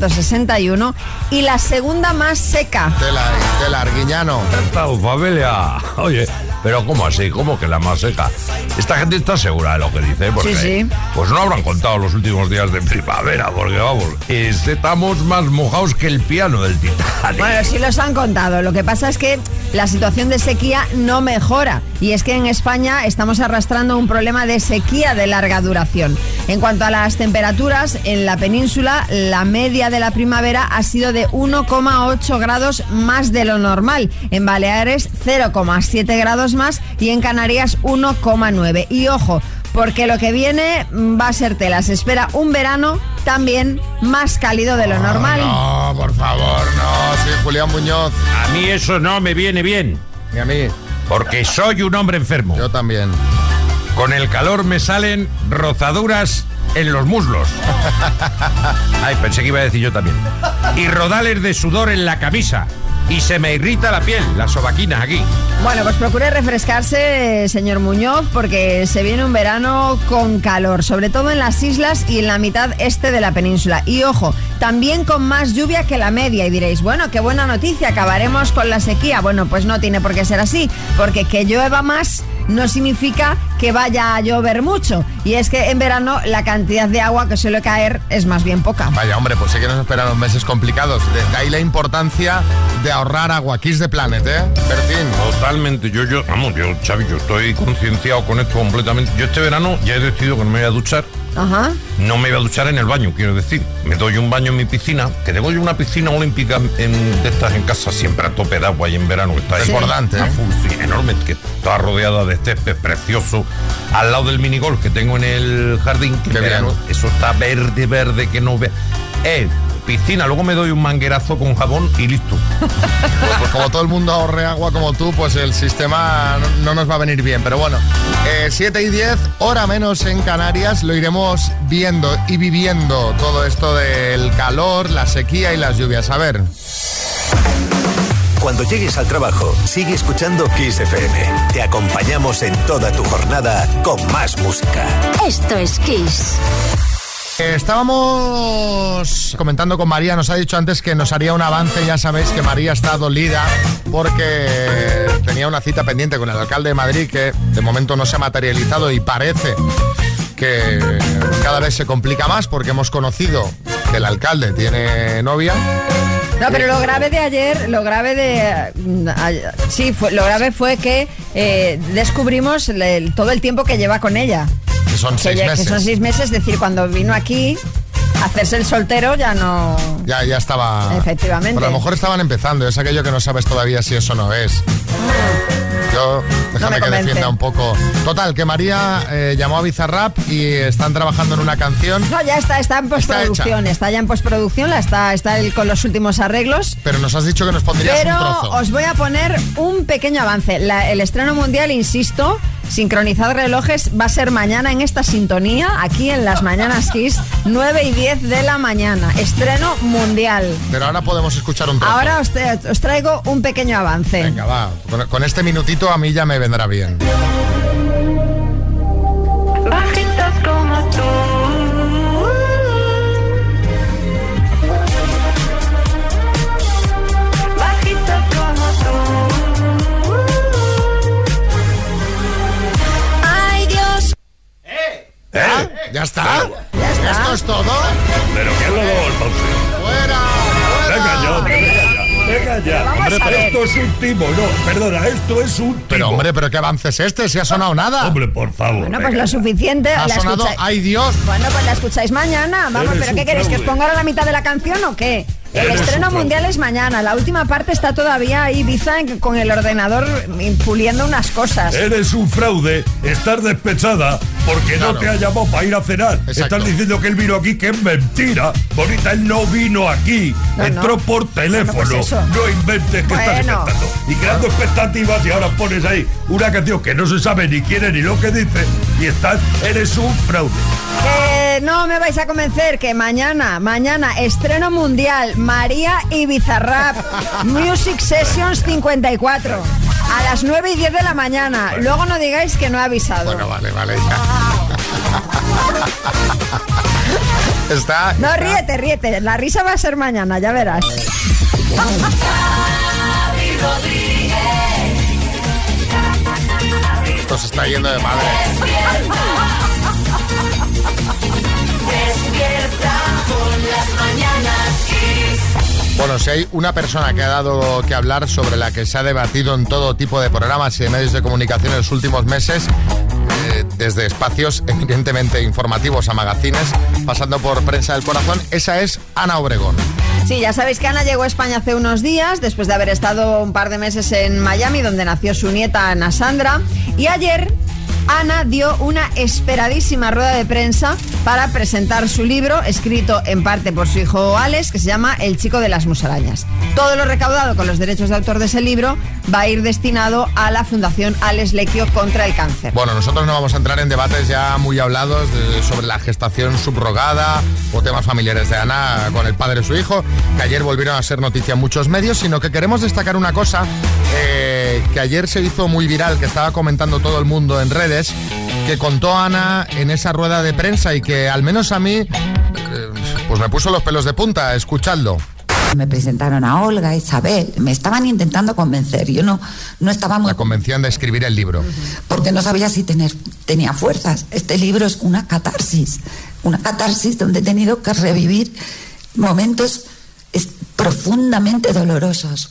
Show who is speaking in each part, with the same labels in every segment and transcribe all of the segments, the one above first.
Speaker 1: 1961, y la segunda más seca.
Speaker 2: De, la, de Larguiñano.
Speaker 3: Esta familia. Oye, pero ¿cómo así? ¿Cómo que la más seca? Esta gente está segura de lo que dice, porque
Speaker 1: Sí, sí.
Speaker 3: pues no habrán contado los últimos días de primavera, porque vamos, es- estamos más mojados que el piano del Titanic.
Speaker 1: Bueno, sí los han contado. Lo que pasa es que la situación de sequía no mejora. Y es que en España estamos arrastrando un problema de sequía de larga duración. En cuanto a las temperaturas, en la península la media de la primavera ha sido de 1,8 grados más de lo normal. En Baleares 0,7 grados más y en Canarias 1,9. Y ojo, porque lo que viene mm, va a ser telas. Espera un verano también más cálido de lo normal.
Speaker 2: No, por favor, no. Sí, Julián Muñoz.
Speaker 3: A mí eso no me viene bien,
Speaker 2: Y a mí,
Speaker 3: porque soy un hombre enfermo.
Speaker 2: yo también.
Speaker 3: Con el calor me salen rozaduras en los muslos. Ay, pensé que iba a decir yo también. Y rodales de sudor en la camisa. Y se me irrita la piel, las sobaquinas aquí.
Speaker 1: Bueno, pues procure refrescarse, eh, señor Muñoz, porque se viene un verano con calor, sobre todo en las islas y en la mitad este de la península. Y ojo, también con más lluvia que la media. Y diréis, bueno, qué buena noticia, acabaremos con la sequía. Bueno, pues no tiene por qué ser así, porque que llueva más no significa que vaya a llover mucho. Y es que en verano la cantidad de agua que suele caer es más bien poca.
Speaker 2: Vaya, hombre, pues sí que nos esperan los meses complicados. De ahí la importancia de ahorrar agua. Kiss de Planet, ¿eh? Bertín.
Speaker 3: Totalmente, yo, yo, vamos, yo, Xavi, yo estoy concienciado con esto completamente. Yo este verano ya he decidido que no me voy a duchar.
Speaker 1: Ajá.
Speaker 3: No me voy a duchar en el baño, quiero decir. Me doy un baño en mi piscina, que tengo yo una piscina olímpica en, de estas en casa, siempre a tope de agua y en verano, que está
Speaker 2: Desbordante,
Speaker 3: a
Speaker 2: ¿eh?
Speaker 3: full, sí, enorme, que está rodeada de césped precioso, al lado del minigolf que tengo en el jardín, que
Speaker 2: Qué
Speaker 3: en verano,
Speaker 2: bien.
Speaker 3: eso está verde, verde, que no ve. Eh, piscina, luego me doy un manguerazo con jabón y listo.
Speaker 2: Pues como todo el mundo ahorre agua como tú, pues el sistema no- no nos va a venir bien. Pero bueno, eh, 7 y 10, hora menos en Canarias, lo iremos viendo y viviendo todo esto del calor, la sequía y las lluvias. A ver.
Speaker 4: Cuando llegues al trabajo, sigue escuchando Kiss FM. Te acompañamos en toda tu jornada con más música.
Speaker 5: Esto es Kiss.
Speaker 2: Eh, Estábamos comentando con María, nos ha dicho antes que nos haría un avance, ya sabéis que María está dolida porque tenía una cita pendiente con el alcalde de Madrid que de momento no se ha materializado y parece que cada vez se complica más porque hemos conocido que el alcalde tiene novia.
Speaker 1: No, pero lo grave de ayer, lo grave de. mm, a- Sí, fue- lo grave fue que eh, descubrimos le- el- todo el tiempo que lleva con ella.
Speaker 2: Que son
Speaker 1: Que
Speaker 2: seis
Speaker 1: lle- que
Speaker 2: meses.
Speaker 1: son seis meses, es decir, cuando vino aquí a hacerse el soltero ya no.
Speaker 2: Ya, ya estaba.
Speaker 1: Efectivamente.
Speaker 2: Pero a lo mejor estaban empezando, es aquello que no sabes todavía si eso no es. Yo, déjame que
Speaker 1: convence.
Speaker 2: defienda un poco. Total, que María eh, llamó a Bizarrap y están trabajando en una canción,
Speaker 1: No, ya está, está en postproducción, está, ya en postproducción, la está, está él con los últimos arreglos.
Speaker 2: pero nos has dicho que nos pondrías
Speaker 1: Pero
Speaker 2: un trozo.
Speaker 1: os voy a poner un pequeño avance. La- el estreno mundial, insisto, sincronizad relojes, va a ser mañana en esta sintonía, aquí en las Mañanas Kiss, 9 y 10 de la mañana. Estreno mundial.
Speaker 2: Pero ahora podemos escuchar un trozo.
Speaker 1: Ahora os, te- os traigo un pequeño avance.
Speaker 2: Venga, va. Con, con este minutito a mí ya me vendrá bien.
Speaker 6: Bajitas como tú. Bajitas como tú.
Speaker 2: ¿Eh? ¿Ya está? ¿Esto es todo?
Speaker 7: ¿Ah? Pero que luego el pause.
Speaker 2: ¡Fuera!
Speaker 7: Venga ya, hombre, venga ya. Venga ya. Hombre,
Speaker 1: a
Speaker 7: pero
Speaker 1: ver.
Speaker 7: esto es un timo, no. Perdona, esto es un timo.
Speaker 2: Pero hombre, pero qué avance es este, si ha sonado nada.
Speaker 7: Hombre, por favor.
Speaker 1: Bueno, pues
Speaker 7: venga
Speaker 1: lo
Speaker 7: ya.
Speaker 1: suficiente.
Speaker 2: Ha
Speaker 1: la
Speaker 2: sonado,
Speaker 1: escucháis-
Speaker 2: ay Dios.
Speaker 1: Bueno, pues la escucháis mañana. Vamos,
Speaker 7: Eres
Speaker 1: ¿pero
Speaker 7: un
Speaker 1: qué queréis? ¿Que os
Speaker 7: fraude.
Speaker 1: ponga ahora la mitad de la canción o qué? El
Speaker 7: Eres
Speaker 1: estreno
Speaker 7: un fraude.
Speaker 1: mundial es mañana. La última parte está todavía ahí, Ibiza, en- con el ordenador mm, puliendo unas cosas.
Speaker 7: Eres un fraude, estás despechada porque
Speaker 2: Claro.
Speaker 7: no te ha llamado para ir a cenar.
Speaker 2: Exacto.
Speaker 7: Estás diciendo que él vino aquí, que es mentira. Bonita, él no vino aquí,
Speaker 1: No,
Speaker 7: entró
Speaker 1: no.
Speaker 7: por teléfono.
Speaker 1: Bueno, pues eso.
Speaker 7: no inventes que estás
Speaker 1: Bueno.
Speaker 7: inventando. Y creando expectativas y ahora pones ahí una canción que no se sabe ni quién es ni lo que dice y estás, eres un fraude.
Speaker 1: Eh, no me vais a convencer que mañana, mañana, estreno mundial, María y Bizarrap, Music Sessions 54, a las 9 y 10 de la mañana. Luego no digáis que pues no he avisado.
Speaker 2: Bueno, vale, vale. ya. está.
Speaker 1: No, ríete, ríete. La risa va a ser mañana, ya verás.
Speaker 6: Xavi Rodríguez,
Speaker 2: Esto se está yendo de madre.
Speaker 6: despierta. Despierta con las mañanas Kiss.
Speaker 2: Bueno, si hay una persona que ha dado que hablar sobre la que se ha debatido en todo tipo de programas y de medios de comunicación en los últimos meses, eh, desde espacios eminentemente informativos a magazines, pasando por prensa del corazón, esa es Ana Obregón.
Speaker 1: Sí, ya sabéis que Ana llegó a España hace unos días, después de haber estado un par de meses en Miami, donde nació su nieta Ana Sandra. Y ayer Ana dio una esperadísima rueda de prensa para presentar su libro, escrito en parte por su hijo Alex, que se llama El chico de las musarañas. Todo lo recaudado con los derechos de autor de ese libro va a ir destinado a la Fundación Alex Lequio contra el Cáncer.
Speaker 2: Bueno, nosotros no vamos a entrar en debates ya muy hablados de- sobre la gestación subrogada o temas familiares de Ana con el padre y su hijo, que ayer volvieron a ser noticia en muchos medios, sino que queremos destacar una cosa eh, que ayer se hizo muy viral, que estaba comentando todo el mundo en redes, que contó Ana en esa rueda de prensa y que al menos a mí, eh, pues me puso los pelos de punta, escuchadlo.
Speaker 8: Me presentaron a Olga, a Isabel, me estaban intentando convencer. Yo no, no estaba muy
Speaker 2: La convención de escribir el libro.
Speaker 8: porque no sabía si tener, tenía fuerzas. Este libro es una catarsis, una catarsis donde he tenido que revivir momentos es- profundamente dolorosos.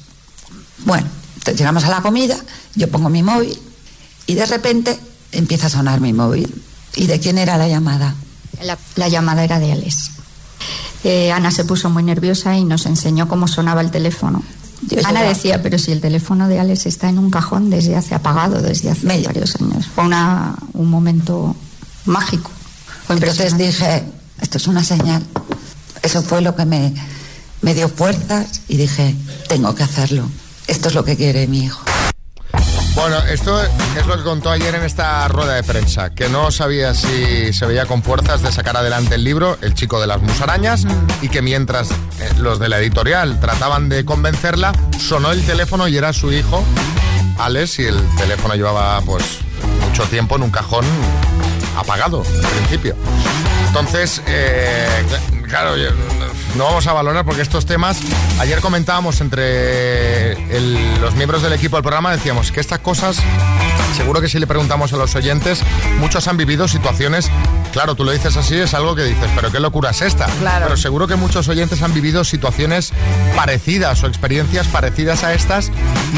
Speaker 8: Bueno, entonces llegamos a la comida, yo pongo mi móvil y de repente empieza a sonar mi móvil. ¿Y de quién era la llamada?
Speaker 9: La, la llamada era de Alex. Eh, Ana se puso muy nerviosa y nos enseñó cómo sonaba el teléfono.
Speaker 8: Yo
Speaker 9: Ana
Speaker 8: llegaba.
Speaker 9: decía, pero si el teléfono de Alex está en un cajón desde hace apagado, desde hace
Speaker 8: Me-
Speaker 9: varios años. Fue una- un momento mágico. Fue
Speaker 8: Entonces
Speaker 9: impresionante.
Speaker 8: dije, esto es una señal. Eso fue lo que me, me dio fuerzas y dije, tengo que hacerlo. Esto es lo que quiere mi hijo.
Speaker 2: Bueno, esto es lo que contó ayer en esta rueda de prensa, que no sabía si se veía con fuerzas de sacar adelante el libro El chico de las musarañas y que mientras eh, los de la editorial trataban de convencerla, sonó el teléfono y era su hijo, Alex, y el teléfono llevaba pues mucho tiempo en un cajón apagado, en principio. Entonces, eh, cl- claro, yo- no vamos a valorar porque estos temas, ayer comentábamos entre el- los miembros del equipo del programa, decíamos que estas cosas, seguro que si le preguntamos a los oyentes, muchos han vivido situaciones, claro, tú lo dices así, es algo que dices, pero qué locura es esta.
Speaker 1: Claro.
Speaker 2: Pero seguro que muchos oyentes han vivido situaciones parecidas o experiencias parecidas a estas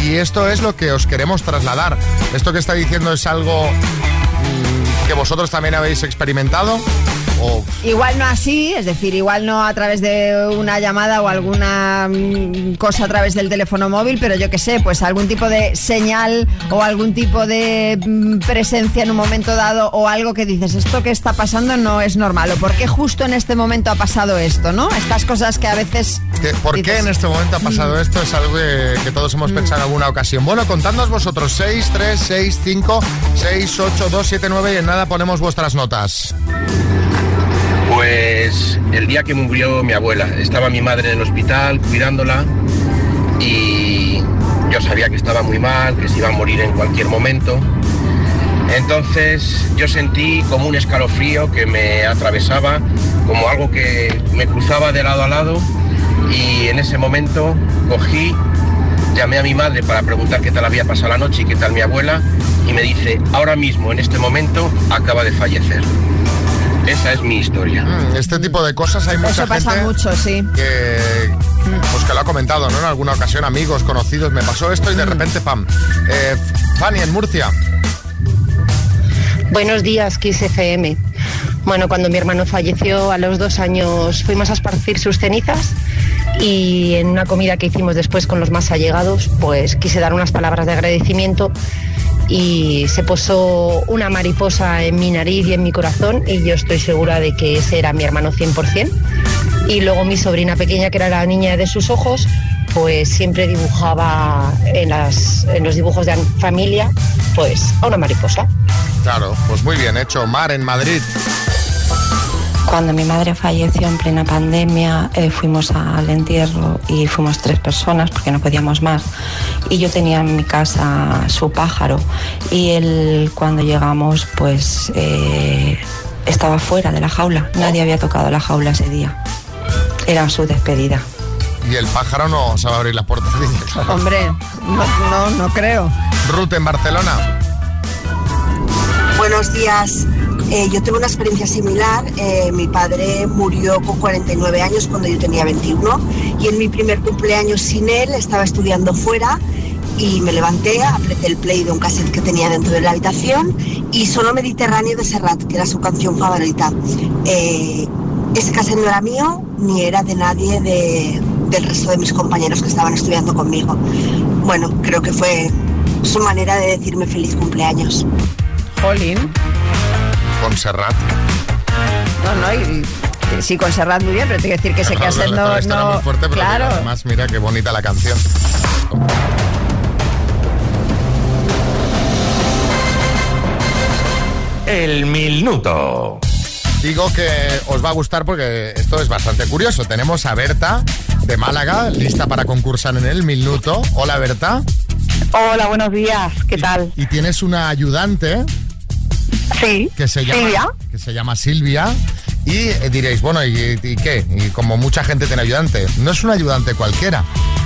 Speaker 2: y esto es lo que os queremos trasladar. Esto que está diciendo es algo mm, que vosotros también habéis experimentado o
Speaker 1: Igual no así, es decir, igual no a través de una llamada o alguna mm, cosa a través del teléfono móvil, pero yo qué sé, pues algún tipo de señal o algún tipo de mm, presencia en un momento dado o algo que dices, esto que está pasando no es normal o por qué justo en este momento ha pasado esto, ¿no? Estas cosas que a veces...
Speaker 2: que- por qué
Speaker 1: dices,
Speaker 2: en este momento ha pasado esto es algo que, que todos hemos pensado en alguna ocasión. Bueno, contadnos vosotros 6, 3, 6, 5, 6, 8, 2, 7, 9 y en nada ponemos vuestras notas.
Speaker 10: Pues el día que murió mi abuela, estaba mi madre en el hospital cuidándola y yo sabía que estaba muy mal, que se iba a morir en cualquier momento. Entonces yo sentí como un escalofrío que me atravesaba, como algo que me cruzaba de lado a lado y en ese momento cogí, llamé a mi madre para preguntar qué tal había pasado la noche y qué tal mi abuela y me dice, ahora mismo, en este momento, acaba de fallecer. Esa es mi historia.
Speaker 2: Este tipo de cosas hay mucha
Speaker 11: Eso pasa
Speaker 2: gente
Speaker 11: mucho, sí.
Speaker 2: que, pues que lo ha comentado, ¿no? En alguna ocasión, amigos, conocidos, me pasó esto y
Speaker 11: Mm.
Speaker 2: de repente, pam. Eh, Fanny, en Murcia.
Speaker 12: Buenos días, Kiss FM. Bueno, cuando mi hermano falleció a los dos años fuimos a esparcir sus cenizas y en una comida que hicimos después con los más allegados, pues quise dar unas palabras de agradecimiento y se posó una mariposa en mi nariz y en mi corazón y yo estoy segura de que ese era mi hermano 100%. Y luego mi sobrina pequeña, que era la niña de sus ojos, pues siempre dibujaba en, las- en los dibujos de familia pues a una mariposa.
Speaker 2: Claro, pues muy bien hecho. Mar, en Madrid.
Speaker 9: Cuando mi madre falleció en plena pandemia, eh, fuimos al entierro y fuimos tres personas porque no podíamos más. Y yo tenía en mi casa su pájaro y él cuando llegamos pues eh, estaba fuera de la jaula. Nadie había tocado la jaula ese día. Era su despedida.
Speaker 2: Y el pájaro no sabe abrir las puertas. Claro.
Speaker 11: Hombre, no, no, no creo.
Speaker 2: Ruth, en Barcelona.
Speaker 1: Buenos días. Eh, yo tuve una experiencia similar. Eh, mi padre murió con 49 años cuando yo tenía 21 y en mi primer cumpleaños sin él estaba estudiando fuera y me levanté, apreté el play de un cassette que tenía dentro de la habitación y solo Mediterráneo de Serrat, que era su canción favorita. Eh, ese cassette no era mío ni era de nadie de- del resto de mis compañeros que estaban estudiando conmigo. Bueno, creo que fue su manera de decirme feliz cumpleaños.
Speaker 11: Jolín.
Speaker 2: Con Serrat.
Speaker 11: No, no, y, y- sí, con Serrat muy bien, pero te quiero decir que ese
Speaker 2: Claro,
Speaker 11: cassette
Speaker 2: la
Speaker 11: no...
Speaker 2: letra era
Speaker 11: no
Speaker 2: muy fuerte, pero
Speaker 11: claro.
Speaker 2: mira, además, mira qué bonita la canción.
Speaker 13: El minuto.
Speaker 2: Digo que os va a gustar porque esto es bastante curioso. Tenemos a Berta de Málaga, lista para concursar en el minuto. Hola, Berta.
Speaker 14: Hola, buenos días. ¿Qué tal?
Speaker 2: Y tienes una ayudante.
Speaker 14: Sí.
Speaker 2: Que se llama
Speaker 14: Silvia.
Speaker 2: Que se llama Silvia. Y eh, diréis, bueno, ¿y, y qué? Y como mucha gente tiene ayudante, no es una ayudante cualquiera.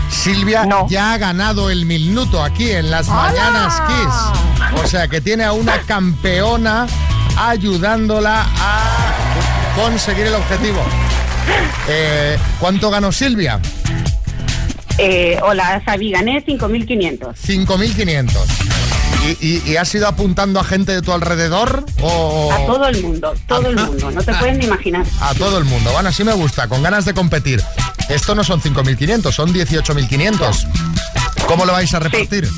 Speaker 2: Silvia ya ha ganado el minuto aquí en las mañanas Kiss. O sea que tiene a una campeona ayudándola a conseguir el objetivo. Eh, ¿Cuánto ganó Silvia?
Speaker 15: Eh, hola, Sabi, gané 5.500.
Speaker 2: 5.500. ¿Y, y, y has ido apuntando a gente de tu alrededor? O...
Speaker 15: A todo el mundo, todo el mundo, no te puedes ni imaginar.
Speaker 2: A todo el mundo. Bueno, así me gusta, con ganas de competir. Esto no son 5.500, son 18.500. ¿Cómo lo vais a repartir?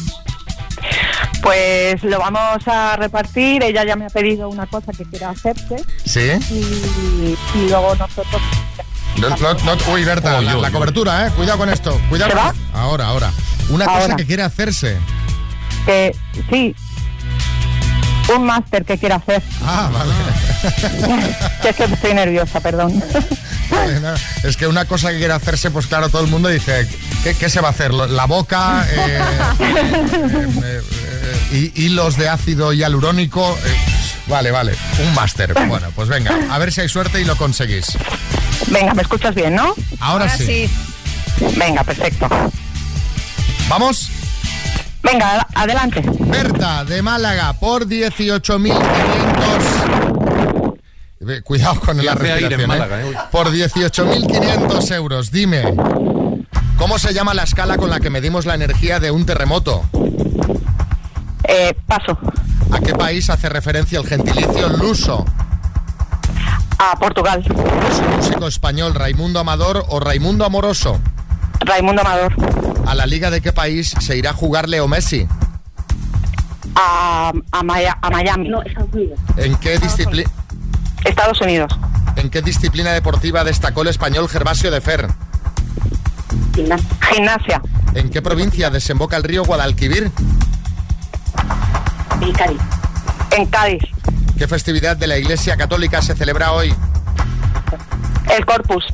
Speaker 14: Pues lo vamos a repartir. Ella ya me ha pedido una cosa que quiera hacerse.
Speaker 2: ¿Sí?
Speaker 14: Y, y luego nosotros.
Speaker 2: No, no, no- uy, Berta, la, la cobertura, ¿eh? Cuidado con esto. Cuidado
Speaker 14: ¿Se
Speaker 2: con-
Speaker 14: va?
Speaker 2: Ahora, ahora. Una cosa
Speaker 14: Ahora.
Speaker 2: que quiere hacerse.
Speaker 14: Que sí. Un máster que quiera hacer.
Speaker 2: Ah, vale.
Speaker 14: Que es que estoy nerviosa, perdón.
Speaker 2: Eh, no, es que una cosa que quiere hacerse, pues claro, todo el mundo dice, ¿qué, qué se va a hacer? Lo- La boca, eh, eh, eh, y hilos de ácido hialurónico. eh, vale, vale, un máster. Bueno, pues venga, a ver si hay suerte y lo conseguís.
Speaker 14: Venga, me escuchas bien, ¿no?
Speaker 2: Ahora, sí.
Speaker 14: Venga, perfecto.
Speaker 2: ¿Vamos?
Speaker 14: Venga, ad- adelante.
Speaker 2: Berta de Málaga por 18.500. Eh, Cuidado con
Speaker 13: Y
Speaker 2: la
Speaker 13: hace aire en
Speaker 2: respiración. ¿eh?
Speaker 13: Málaga, ¿eh? Uy.
Speaker 2: Por 18.500 euros, dime. ¿Cómo se llama la escala con la que medimos la energía de un terremoto?
Speaker 14: Eh, paso.
Speaker 2: ¿A qué país hace referencia el gentilicio luso?
Speaker 14: A Portugal.
Speaker 2: ¿Es un músico español Raimundo Amador o Raimundo Amoroso?
Speaker 14: Raimundo Amador.
Speaker 2: ¿A la liga de qué país se irá a jugar Leo Messi?
Speaker 14: A, a, Maya- a Miami. No, Estados Unidos.
Speaker 2: ¿En qué disciplina?
Speaker 14: Estados Unidos.
Speaker 2: ¿En qué disciplina deportiva destacó el español Gervasio de Fer?
Speaker 14: Gimnasia.
Speaker 2: ¿En qué provincia desemboca el río Guadalquivir?
Speaker 14: En Cádiz. En Cádiz.
Speaker 2: ¿Qué festividad de la Iglesia Católica se celebra hoy?
Speaker 14: El Corpus.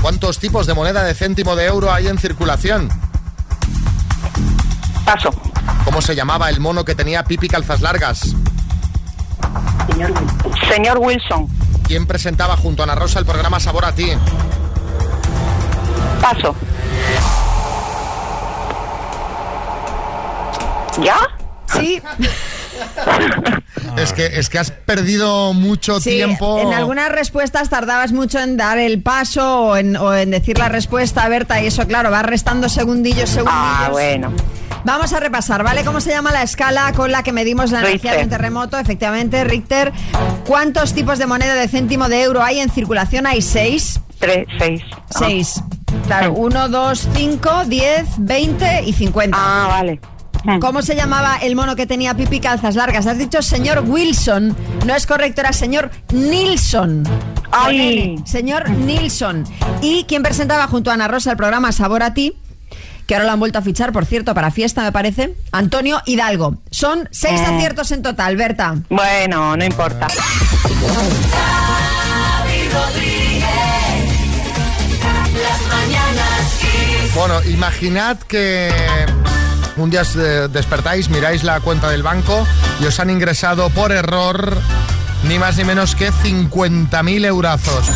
Speaker 2: ¿Cuántos tipos de moneda de céntimo de euro hay en circulación?
Speaker 14: Paso.
Speaker 2: ¿Cómo se llamaba el mono que tenía pipi calzas largas?
Speaker 14: Señor, Wilson.
Speaker 2: ¿Quién presentaba junto a Ana Rosa el programa Sabor a ti?
Speaker 14: Paso. ¿Ya?
Speaker 11: Sí.
Speaker 2: es que, es que has perdido mucho
Speaker 1: Sí,
Speaker 2: tiempo.
Speaker 1: En algunas respuestas tardabas mucho en dar el paso o en, o en decir la respuesta, Berta, y eso, claro, va restando segundillos, segundillos. Ah, bueno. Vamos a repasar, ¿vale? ¿Cómo se llama la escala con la que medimos la energía de un
Speaker 16: Richter.
Speaker 1: terremoto? Efectivamente, Richter. ¿Cuántos tipos de moneda de céntimo de euro hay en circulación? ¿Hay seis?
Speaker 17: Tres, seis.
Speaker 1: Seis. Claro, uno, dos, cinco, diez, veinte y cincuenta.
Speaker 17: Ah, vale.
Speaker 1: ¿Cómo se llamaba el mono que tenía pipi y calzas largas? Has dicho señor Wilson. No es correcto, era señor Nilsson. Con N, Señor Nilsson. ¿Y quién presentaba junto a Ana Rosa el programa Sabor a ti? Que ahora lo han vuelto a fichar, por cierto, para fiesta, me parece. Antonio Hidalgo. Son seis
Speaker 17: Mm.
Speaker 1: aciertos en total, Berta.
Speaker 17: Bueno, no importa.
Speaker 6: Xavi Rodríguez. Las mañanas Kiss.
Speaker 2: Bueno, imaginad que un día os, eh, despertáis, miráis la cuenta del banco y os han ingresado por error ni más ni menos que 50.000 eurazos.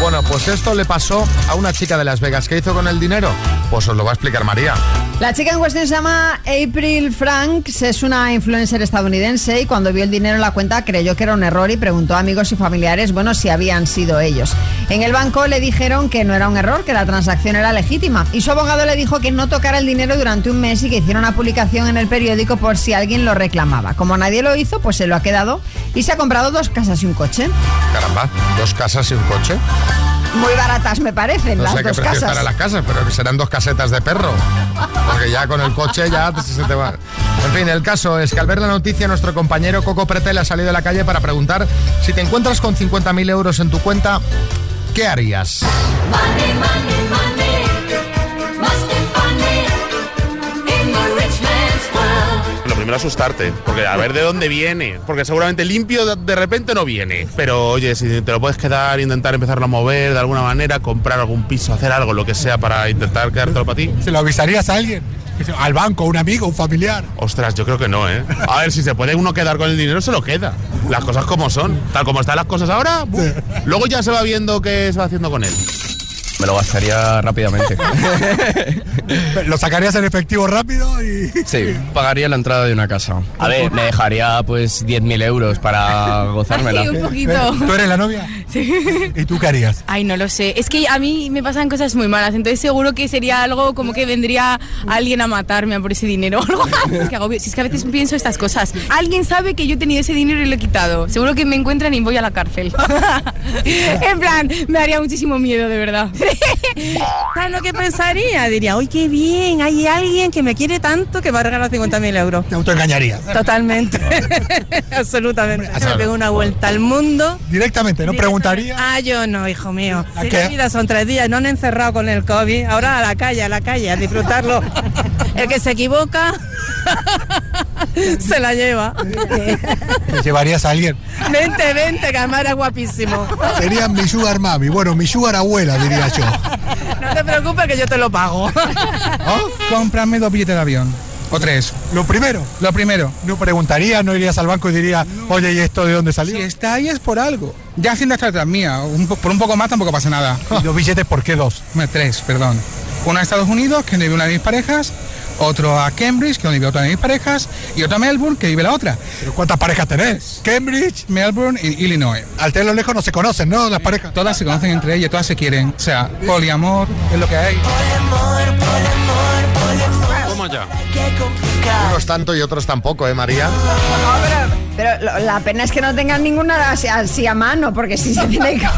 Speaker 2: Bueno, pues esto le pasó a una chica de Las Vegas. ¿Qué hizo con el dinero? Pues os lo va a explicar María.
Speaker 1: La chica en cuestión se llama April Franks, es una influencer estadounidense y cuando vio el dinero en la cuenta creyó que era un error y preguntó a amigos y familiares, bueno, si habían sido ellos. En el banco le dijeron que no era un error, que la transacción era legítima y su abogado le dijo que no tocara el dinero durante un mes y que hiciera una publicación en el periódico por si alguien lo reclamaba. Como nadie lo hizo, pues se lo ha quedado y se ha comprado dos casas y un coche.
Speaker 2: Caramba, dos casas y un coche.
Speaker 1: Muy baratas me parecen
Speaker 2: No
Speaker 1: las
Speaker 2: sé qué
Speaker 1: dos
Speaker 2: precio
Speaker 1: casas.
Speaker 2: estará la casa, pero serán dos casetas de perro. Porque ya con el coche ya se te va. En fin, el caso es que al ver la noticia, nuestro compañero Coco Pretel ha salido a la calle para preguntar si te encuentras con 50.000 euros en tu cuenta, ¿qué harías?
Speaker 6: Money, money, money. Must be funny in the rich man's world.
Speaker 15: Lo primero asustarte, porque a ver de dónde viene, porque seguramente limpio de- de repente no viene. Pero oye, si te lo puedes quedar, intentar empezarlo a mover de alguna manera, comprar algún piso, hacer algo, lo que sea para intentar quedártelo para ti.
Speaker 18: ¿Se lo avisarías a alguien? Al banco, un amigo, un familiar.
Speaker 15: Ostras, yo creo que no, ¿eh? A ver, si se puede uno quedar con el dinero, se lo queda. Las cosas como son. Tal como están las cosas ahora, ¡buf! luego ya se va viendo qué se va haciendo con él.
Speaker 19: Me lo gastaría rápidamente.
Speaker 18: ¿Lo sacarías en
Speaker 20: Ah,
Speaker 18: efectivo rápido? Y...
Speaker 19: Sí, pagaría la entrada de una casa. A ver, me dejaría pues 10.000 euros para gozármela.
Speaker 20: Así, un poquito.
Speaker 18: Eh, ¿Tú eres la novia?
Speaker 20: Sí.
Speaker 18: ¿Y tú qué harías?
Speaker 20: Ay, no lo sé. Es que a mí me pasan cosas muy malas, entonces seguro que sería algo como que vendría alguien a matarme a por ese dinero. o algo. es que agobio. Si es que a veces pienso estas cosas. Alguien sabe que yo he tenido ese dinero y lo he quitado. Seguro que me encuentran y voy a la cárcel. en plan, me haría muchísimo miedo, de verdad. Ah,
Speaker 21: ¿Sabes lo que pensaría? Diría, ¡ay, qué bien! Hay alguien que me quiere tanto que va a regalar 50.000 euros.
Speaker 18: Te autoengañarías.
Speaker 21: Totalmente. Absolutamente.
Speaker 18: claro.
Speaker 21: Me pego una vuelta al mundo.
Speaker 18: Directamente, no preguntaría.
Speaker 21: Ah, yo no, hijo mío.
Speaker 18: ¿A
Speaker 21: Si
Speaker 18: qué?
Speaker 21: la vida son tres días, no han encerrado con el COVID. Ahora a la calle, a la calle, a disfrutarlo. El que se equivoca, se la lleva.
Speaker 18: ¿Te llevarías a alguien?
Speaker 21: Vente, vente, que además era guapísimo.
Speaker 18: Sería mi sugar mami. Bueno, mi sugar abuela, diría yo.
Speaker 21: No te preocupes que yo te lo pago.
Speaker 18: Cómprame dos billetes de avión. O tres. ¿Lo primero? Lo primero. No preguntaría, no irías al banco y diría, oye, ¿y esto de dónde salió? Si está ahí es por algo.
Speaker 22: Ya haciendo esta atrás mía, un po- por un poco más tampoco pasa nada.
Speaker 18: ¿Y los billetes por qué dos?
Speaker 22: Bueno, Tres, perdón. Uno a Estados Unidos, que vive una de mis parejas, otro a Cambridge, que donde vive otra de mis parejas, y otro a Melbourne, que vive la otra.
Speaker 18: ¿Pero cuántas parejas tenés?
Speaker 22: Cambridge, Melbourne y Illinois.
Speaker 18: Al tenerlo lejos no se conocen, ¿no? Las parejas.
Speaker 22: Todas se conocen entre ellas, todas se quieren. O sea, poliamor es lo que hay.
Speaker 15: Toma ya.
Speaker 2: Unos tanto y otros tampoco, ¿eh, María?
Speaker 1: Pero lo- la pena es que no tengan ninguna así, así a mano, porque si se tiene que
Speaker 3: Eso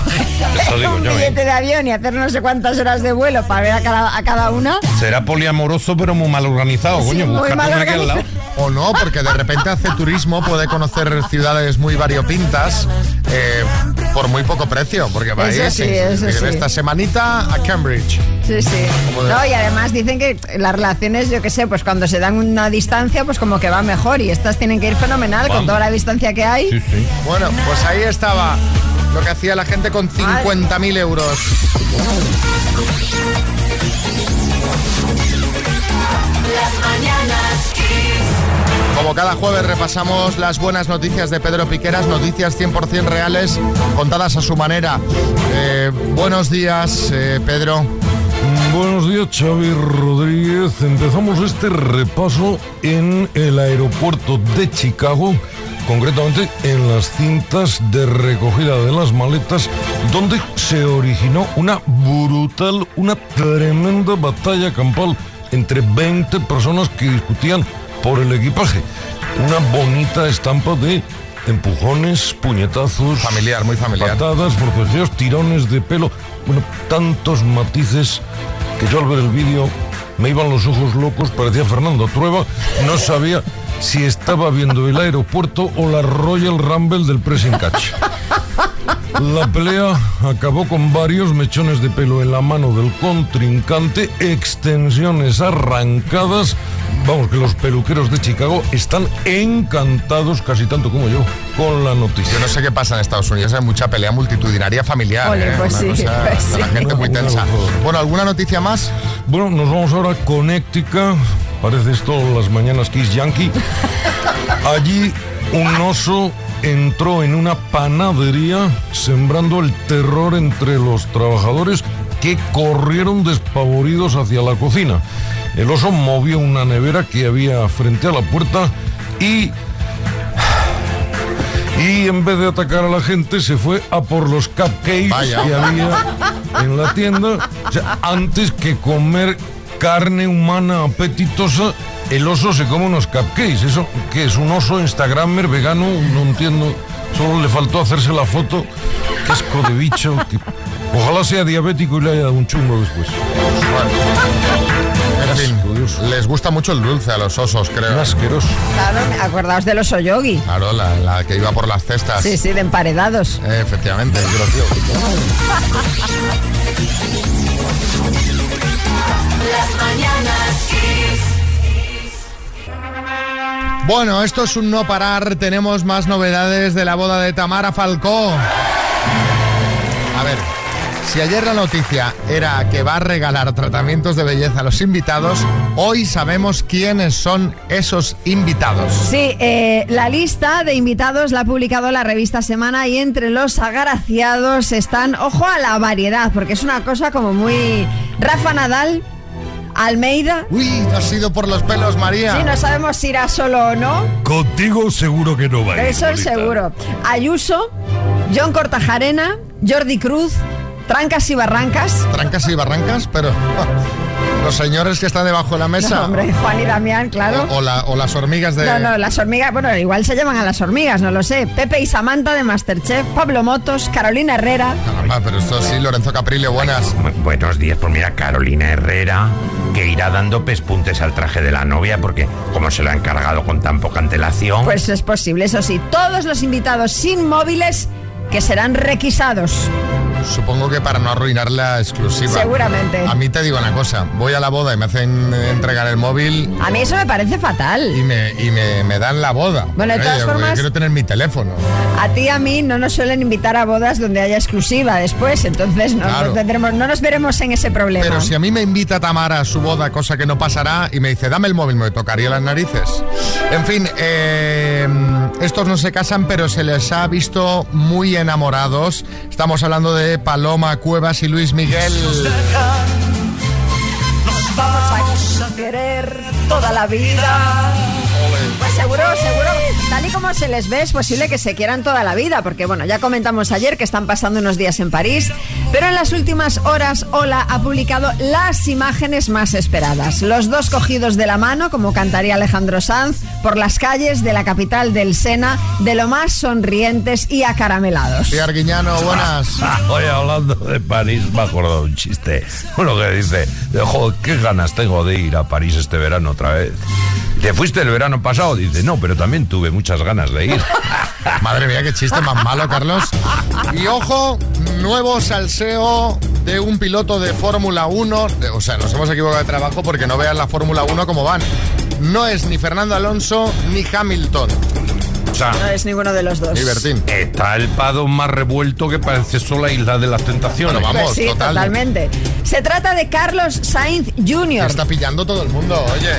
Speaker 1: coger
Speaker 3: digo
Speaker 1: un
Speaker 3: yo, ¿eh?
Speaker 1: billete de avión y hacer no sé cuántas horas de vuelo para ver a cada, a cada una.
Speaker 3: Será poliamoroso, pero muy mal organizado,
Speaker 1: Sí,
Speaker 3: coño.
Speaker 1: muy
Speaker 3: Buscarte
Speaker 1: mal
Speaker 3: una aquí al lado.
Speaker 2: O no, porque de repente hace turismo, puede conocer ciudades muy variopintas eh, por muy poco precio, porque va a
Speaker 1: Eso
Speaker 2: ir
Speaker 1: sí,
Speaker 2: sin-
Speaker 1: eso
Speaker 2: sin-
Speaker 1: sí.
Speaker 2: esta semanita a Cambridge.
Speaker 1: Sí, sí.
Speaker 2: Como de-
Speaker 1: No, y además dicen que las relaciones, yo qué sé, pues cuando se dan una distancia, pues como que va mejor. Y estas tienen que ir fenomenal con
Speaker 2: Vamos.
Speaker 1: toda la distancia que hay.
Speaker 2: Bueno, pues ahí estaba lo que hacía la gente con 50.000 euros.
Speaker 6: Las mañanas Kiss.
Speaker 2: Como cada jueves repasamos las buenas noticias de Pedro Piqueras, noticias 100% reales, contadas a su manera. Eh, buenos días, eh, Pedro.
Speaker 23: Buenos días, Xavi Rodríguez. Empezamos este repaso en el aeropuerto de Chicago concretamente en las cintas de recogida de las maletas, donde se originó una brutal, una tremenda batalla campal entre 20 personas que discutían por el equipaje. Una bonita estampa de empujones, puñetazos.
Speaker 2: Familiar, muy familiar.
Speaker 23: Patadas, forcejeos, tirones de pelo. Bueno, tantos matices que yo al ver el vídeo me iban los ojos locos, parecía Fernando Trueba, no sabía si estaba viendo el aeropuerto o la Royal Rumble del Pressing Catch. La pelea acabó con varios mechones de pelo en la mano del contrincante, extensiones arrancadas. Vamos, que los peluqueros de Chicago están encantados, casi tanto como yo, con la noticia.
Speaker 2: Yo no sé qué pasa en Estados Unidos, hay mucha pelea multitudinaria familiar.
Speaker 1: Ole,
Speaker 2: ¿eh?
Speaker 1: pues
Speaker 2: Una
Speaker 1: sí,
Speaker 2: cosa-
Speaker 1: pues
Speaker 2: La
Speaker 1: sí.
Speaker 2: gente muy
Speaker 23: Una
Speaker 2: tensa.
Speaker 23: locura.
Speaker 2: Bueno, ¿alguna noticia más?
Speaker 23: Bueno, nos vamos ahora a Connecticut. Parece esto las mañanas Kiss Yankee. Allí un oso entró en una panadería sembrando el terror entre los trabajadores que corrieron despavoridos hacia la cocina. El oso movió una nevera que había frente a la puerta y y en vez de atacar a la gente, se fue a por los cupcakes
Speaker 6: Vaya.
Speaker 23: que había en la tienda. O sea, antes que comer carne humana apetitosa, el oso se come unos cupcakes. Eso que es un oso instagramer vegano, no entiendo. Solo le faltó hacerse la foto. Qué asco de bicho. que- Ojalá sea diabético y le haya dado un chungo después.
Speaker 2: En fin, les gusta mucho el dulce a los osos, creo.
Speaker 23: Asqueroso.
Speaker 1: Claro, acordaos del oso yogi.
Speaker 2: Claro, la, la que iba por las cestas.
Speaker 1: Sí, sí, de emparedados.
Speaker 2: Eh, efectivamente, yo lo digo.
Speaker 6: Las mañanas Kiss.
Speaker 2: Bueno, esto es un no parar. Tenemos más novedades de la boda de Tamara Falcó. A ver, si ayer la noticia era que va a regalar tratamientos de belleza a los invitados, hoy sabemos quiénes son esos invitados.
Speaker 1: Sí, eh, la lista de invitados la ha publicado la revista Semana y entre los agraciados están, ojo a la variedad, porque es una cosa como muy Rafa Nadal, Almeida.
Speaker 2: Uy, ha sido por los pelos, María.
Speaker 1: Sí, no sabemos si irá solo o no.
Speaker 7: Contigo seguro que no va a ir,
Speaker 1: Eso es
Speaker 7: Lolita.
Speaker 1: seguro. Ayuso, John Cortajarena, Jordi Cruz, Trancas y Barrancas.
Speaker 2: Trancas y barrancas, pero los señores que están debajo de la mesa.
Speaker 1: No, hombre, Juan y Damián, claro.
Speaker 2: O, la- o las hormigas de.
Speaker 1: No, no, las hormigas, bueno, igual se llaman a las hormigas, no lo sé. Pepe y Samantha de Masterchef, Pablo Motos, Carolina Herrera.
Speaker 2: Ah, pero esto sí, Lorenzo Caprile, buenas.
Speaker 3: Buenos días, pues mira, Carolina Herrera, que irá dando pespuntes al traje de la novia, porque como se lo ha encargado con tan poca antelación.
Speaker 1: Pues es posible, eso sí. Todos los invitados sin móviles que serán requisados.
Speaker 2: Supongo que para no arruinar la exclusiva.
Speaker 1: Seguramente.
Speaker 2: A mí te digo una cosa, voy a la boda y me hacen eh, entregar el móvil
Speaker 1: A mí eso me parece fatal.
Speaker 2: y me, y me, me dan la boda.
Speaker 1: Bueno, de
Speaker 2: Oye,
Speaker 1: todas
Speaker 2: yo
Speaker 1: formas-
Speaker 2: Quiero tener mi teléfono.
Speaker 1: A ti y a mí no nos suelen invitar a bodas donde haya exclusiva después, entonces no,
Speaker 2: Claro.
Speaker 1: no tendremos, no nos veremos en ese problema.
Speaker 2: Pero si a mí me invita Tamara a su boda, cosa que no pasará, y me dice, dame el móvil, me tocaría las narices. En fin, eh, estos no se casan, pero se les ha visto muy enamorados. Estamos hablando de Paloma Cuevas y Luis Miguel.
Speaker 1: Nos vamos a querer toda la vida. Pues seguro, seguro, tal y como se les ve, es posible que se quieran toda la vida, porque bueno, ya comentamos ayer que están pasando unos días en París, pero en las últimas horas Ola ha publicado las imágenes más esperadas. Los dos cogidos de la mano, como cantaría Alejandro Sanz, por las calles de la capital del Sena, de lo más sonrientes y acaramelados.
Speaker 2: Y Arguiñano, buenas.
Speaker 23: Hoy hablando de París me ha acordado un chiste. Uno que dice, joder, qué ganas tengo de ir a París este verano otra vez. ¿Te fuiste el verano pasado? Dice, no, pero también tuve muchas ganas de ir.
Speaker 2: Madre mía, qué chiste más malo, Carlos. Y ojo, nuevo salseo de un piloto de Fórmula 1. De- O sea, nos hemos equivocado de trabajo porque no vean la Fórmula 1 como van. No es ni Fernando Alonso ni Hamilton.
Speaker 23: O sea,
Speaker 8: Ah,
Speaker 1: No es ninguno de los dos.
Speaker 23: Está el pado más revuelto que parece sola isla de las tentaciones.
Speaker 1: Pues sí, totalmente. Se trata de Carlos Sainz Jr.
Speaker 2: Está pillando todo el mundo, oye.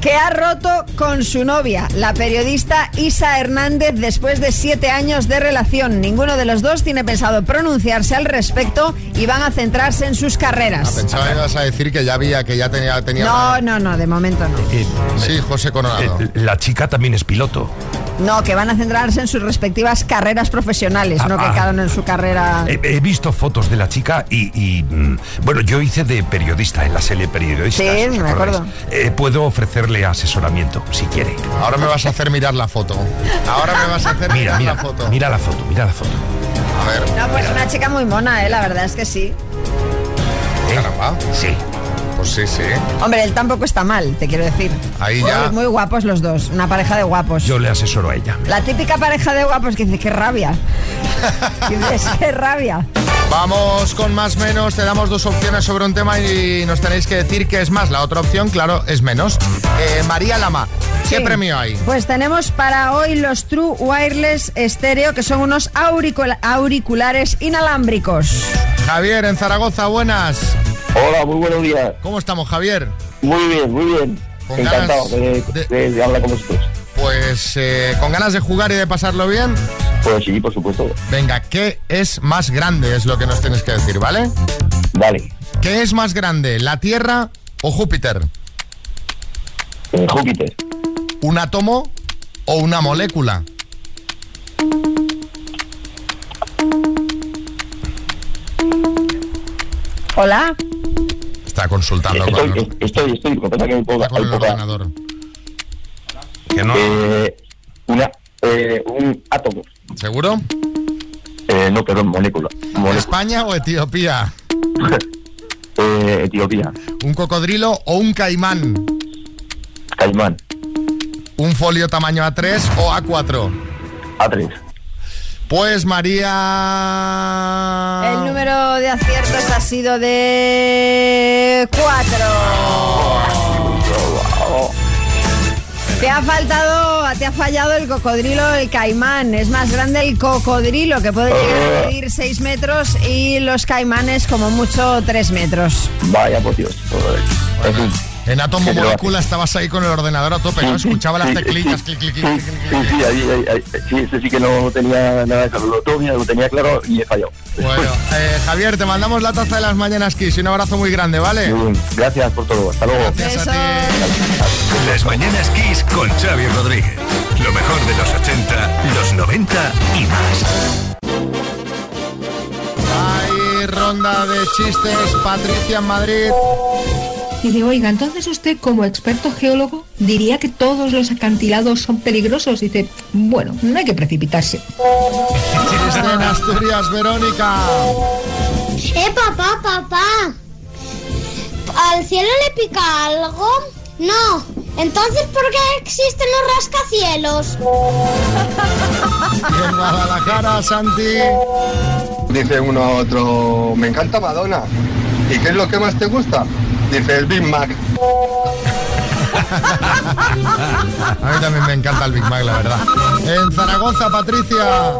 Speaker 1: que ha roto con su novia, la periodista Isa Hernández, después de siete años de relación. Ninguno de los dos tiene pensado pronunciarse al respecto y van a centrarse en sus carreras.
Speaker 2: Pensaba Ah, que ibas a decir que ya había, que ya tenía... tenía
Speaker 1: No, no, no, de momento no.
Speaker 3: Eh,
Speaker 2: Sí, José Coronado.
Speaker 23: La chica también es piloto.
Speaker 1: No, que van a centrarse en sus respectivas carreras profesionales, no que
Speaker 3: ah.
Speaker 1: cada uno en su carrera.
Speaker 2: Eh.
Speaker 3: He, he visto fotos de la chica y, y, mm, bueno, yo hice de periodista en la serie periodista.
Speaker 1: Sí, me acuerdo.
Speaker 3: Eh, puedo ofrecerle asesoramiento si quiere.
Speaker 2: Ahora me vas a hacer mirar la foto. Ahora me vas a hacer
Speaker 3: mira,
Speaker 2: mirar
Speaker 3: mira,
Speaker 2: la foto.
Speaker 3: Mira la foto, mira la foto.
Speaker 2: A ver.
Speaker 1: No, pues una chica muy mona, eh, la verdad es que sí.
Speaker 2: Caramba.
Speaker 3: Eh, Sí.
Speaker 2: Pues sí, sí.
Speaker 1: Hombre, él tampoco está mal, te quiero decir.
Speaker 2: Ahí ya.
Speaker 1: Muy, muy guapos los dos, una pareja de guapos.
Speaker 3: Yo le asesoro a ella.
Speaker 1: La típica pareja de guapos que dice, qué rabia. Que dices, qué rabia.
Speaker 2: Vamos con más menos, te damos dos opciones sobre un tema y nos tenéis que decir qué es más. La otra opción, claro, es menos. Eh, María Lama, ¿qué
Speaker 1: Sí.
Speaker 2: premio hay?
Speaker 1: Pues tenemos para hoy los True Wireless Stereo, que son unos auricula- auriculares inalámbricos.
Speaker 2: Javier, en Zaragoza, buenas.
Speaker 24: Hola, muy buenos días.
Speaker 2: ¿Cómo estamos, Javier?
Speaker 24: Muy bien, muy bien.
Speaker 2: Con
Speaker 24: Encantado de,
Speaker 2: ganas
Speaker 24: de- de hablar con vosotros.
Speaker 2: Pues eh, con ganas de jugar y de pasarlo bien.
Speaker 24: Pues sí, por supuesto.
Speaker 2: Venga, ¿qué es más grande? Es lo que nos tienes que decir, ¿vale?
Speaker 24: Vale.
Speaker 2: ¿Qué es más grande, la Tierra o Júpiter?
Speaker 24: Eh, Júpiter.
Speaker 2: ¿Un átomo o una molécula?
Speaker 1: Hola.
Speaker 2: Está consultando
Speaker 24: estoy,
Speaker 2: con-
Speaker 24: estoy, estoy, lo que pasa es que hay poca- hay poca- Eh, una, eh, un átomo.
Speaker 2: ¿Seguro?
Speaker 24: Eh, no, perdón, molécula. molécula.
Speaker 2: ¿España o Etiopía?
Speaker 24: Eh, Etiopía.
Speaker 2: ¿Un cocodrilo o un caimán?
Speaker 24: Caimán.
Speaker 2: ¿Un folio tamaño A3 o A4?
Speaker 24: A3.
Speaker 2: Pues María...
Speaker 1: El número de aciertos ha sido de cuatro. Te ha faltado, te ha fallado el cocodrilo, el caimán. Es más grande el cocodrilo, que puede llegar a medir 6 metros, y los caimanes como mucho 3 metros.
Speaker 24: Vaya, por Dios. En fin.
Speaker 2: En átomo
Speaker 24: ¿Qué te va a
Speaker 2: molécula estabas ahí con el ordenador a tope, ¿no? eh, Escuchaba las
Speaker 24: Sí,
Speaker 2: teclitas,
Speaker 24: sí,
Speaker 2: clic,
Speaker 24: sí,
Speaker 2: clic, clic, clic, clic.
Speaker 24: Sí, sí, ahí, ahí, ahí, sí, ese sí que no tenía nada de eso. Lo tenía, lo tenía claro y he fallado.
Speaker 2: Bueno, eh, Javier, te mandamos la taza de las mañanas Kiss y un abrazo muy grande, ¿vale?
Speaker 24: Muy bien. Gracias por todo. Hasta luego.
Speaker 2: Gracias a ti.
Speaker 25: Las mañanas Kiss con Xavi Rodríguez. Lo mejor de los 80, los 90 y más.
Speaker 2: Hay ronda de chistes, Patricia en Madrid.
Speaker 4: Dice, oiga, entonces usted como experto geólogo diría que todos los acantilados son peligrosos. Dice, bueno, no hay que precipitarse.
Speaker 2: Chiste en Asturias, Verónica.
Speaker 4: Eh, papá, papá. ¿Al cielo le pica algo? No. Entonces, ¿por qué existen los rascacielos?
Speaker 2: En Guadalajara, Santi.
Speaker 5: Dice uno a otro, me encanta Madonna. ¿Y qué es lo que más te gusta? Dice el Big Mac.
Speaker 2: A mí también me encanta el Big Mac, la verdad. En Zaragoza, Patricia.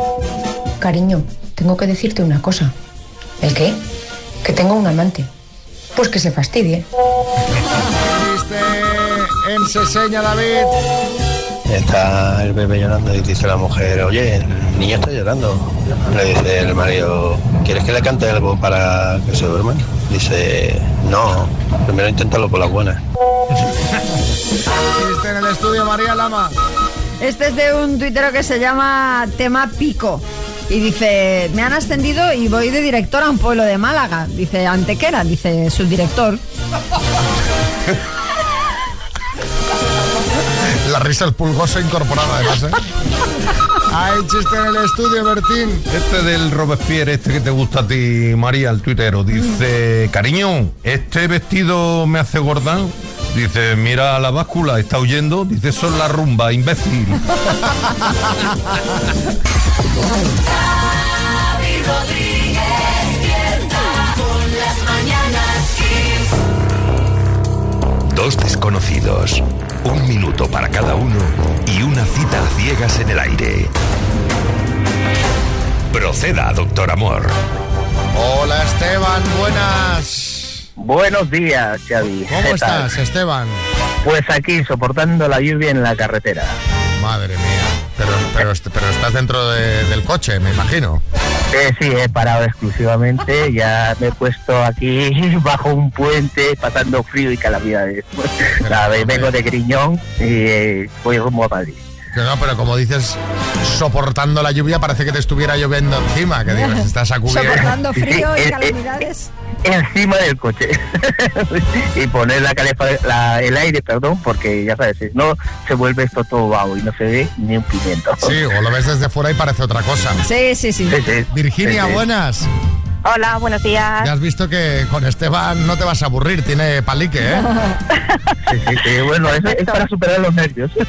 Speaker 16: Cariño, tengo que decirte una cosa. ¿El qué? Que tengo un amante. Pues que se fastidie.
Speaker 2: Chiste en Seseña, David.
Speaker 26: Está el bebé llorando y dice la mujer, oye, el niño está llorando. Le dice el marido, ¿quieres que le cante algo para que se duerma? Dice, no, primero inténtalo por las buenas.
Speaker 2: Chiste en el estudio, María Lama.
Speaker 1: Este es de un tuitero que se llama Tema Pico. Y dice, me han ascendido y voy de director a un pueblo de Málaga. Dice, Antequera, dice subdirector.
Speaker 2: La risa el pulgoso incorporada, además, ¿eh? Hay chiste en el estudio, Bertín.
Speaker 25: Este del Robespierre, este que te gusta a ti, María, el tuitero, dice, cariño, ¿este vestido me hace gorda? Dice, mira la báscula, está huyendo. Dice, son la rumba, imbécil.
Speaker 6: Xavi Rodríguez, despierta con las mañanas Kiss.
Speaker 25: Dos desconocidos, un minuto para cada uno y una cita a ciegas en el aire. Proceda, doctor amor.
Speaker 2: Hola, Esteban, buenas.
Speaker 26: Buenos días, Xavi.
Speaker 2: ¿Cómo
Speaker 26: ¿Qué tal?
Speaker 2: estás, Esteban?
Speaker 26: Pues aquí, soportando la lluvia en la carretera.
Speaker 2: Madre mía. Pero, pero, est- pero estás dentro de- del coche, me imagino.
Speaker 26: Eh, sí, he parado exclusivamente, ya me he puesto aquí bajo un puente, pasando frío y calamidades. Nada, vengo de Griñón y eh, voy rumbo a Madrid.
Speaker 2: Que no, pero como dices, soportando la lluvia parece que te estuviera lloviendo encima. Que digas, estás a cubierto.
Speaker 1: Soportando frío
Speaker 2: Eh,
Speaker 1: y calamidades.
Speaker 8: encima del coche y poner la calefa- la- el aire, perdón, porque ya sabes, si no se vuelve esto todo vago y no se ve ni un pimiento.
Speaker 2: Sí, o lo ves desde fuera y parece otra cosa.
Speaker 1: Sí, sí, sí.
Speaker 2: Virginia,
Speaker 8: Sí, sí.
Speaker 2: buenas.
Speaker 9: Hola, buenos días.
Speaker 2: Ya has visto que con Esteban no te vas a aburrir, tiene palique, ¿eh?
Speaker 8: Sí, sí, sí, bueno, eso es para superar los nervios.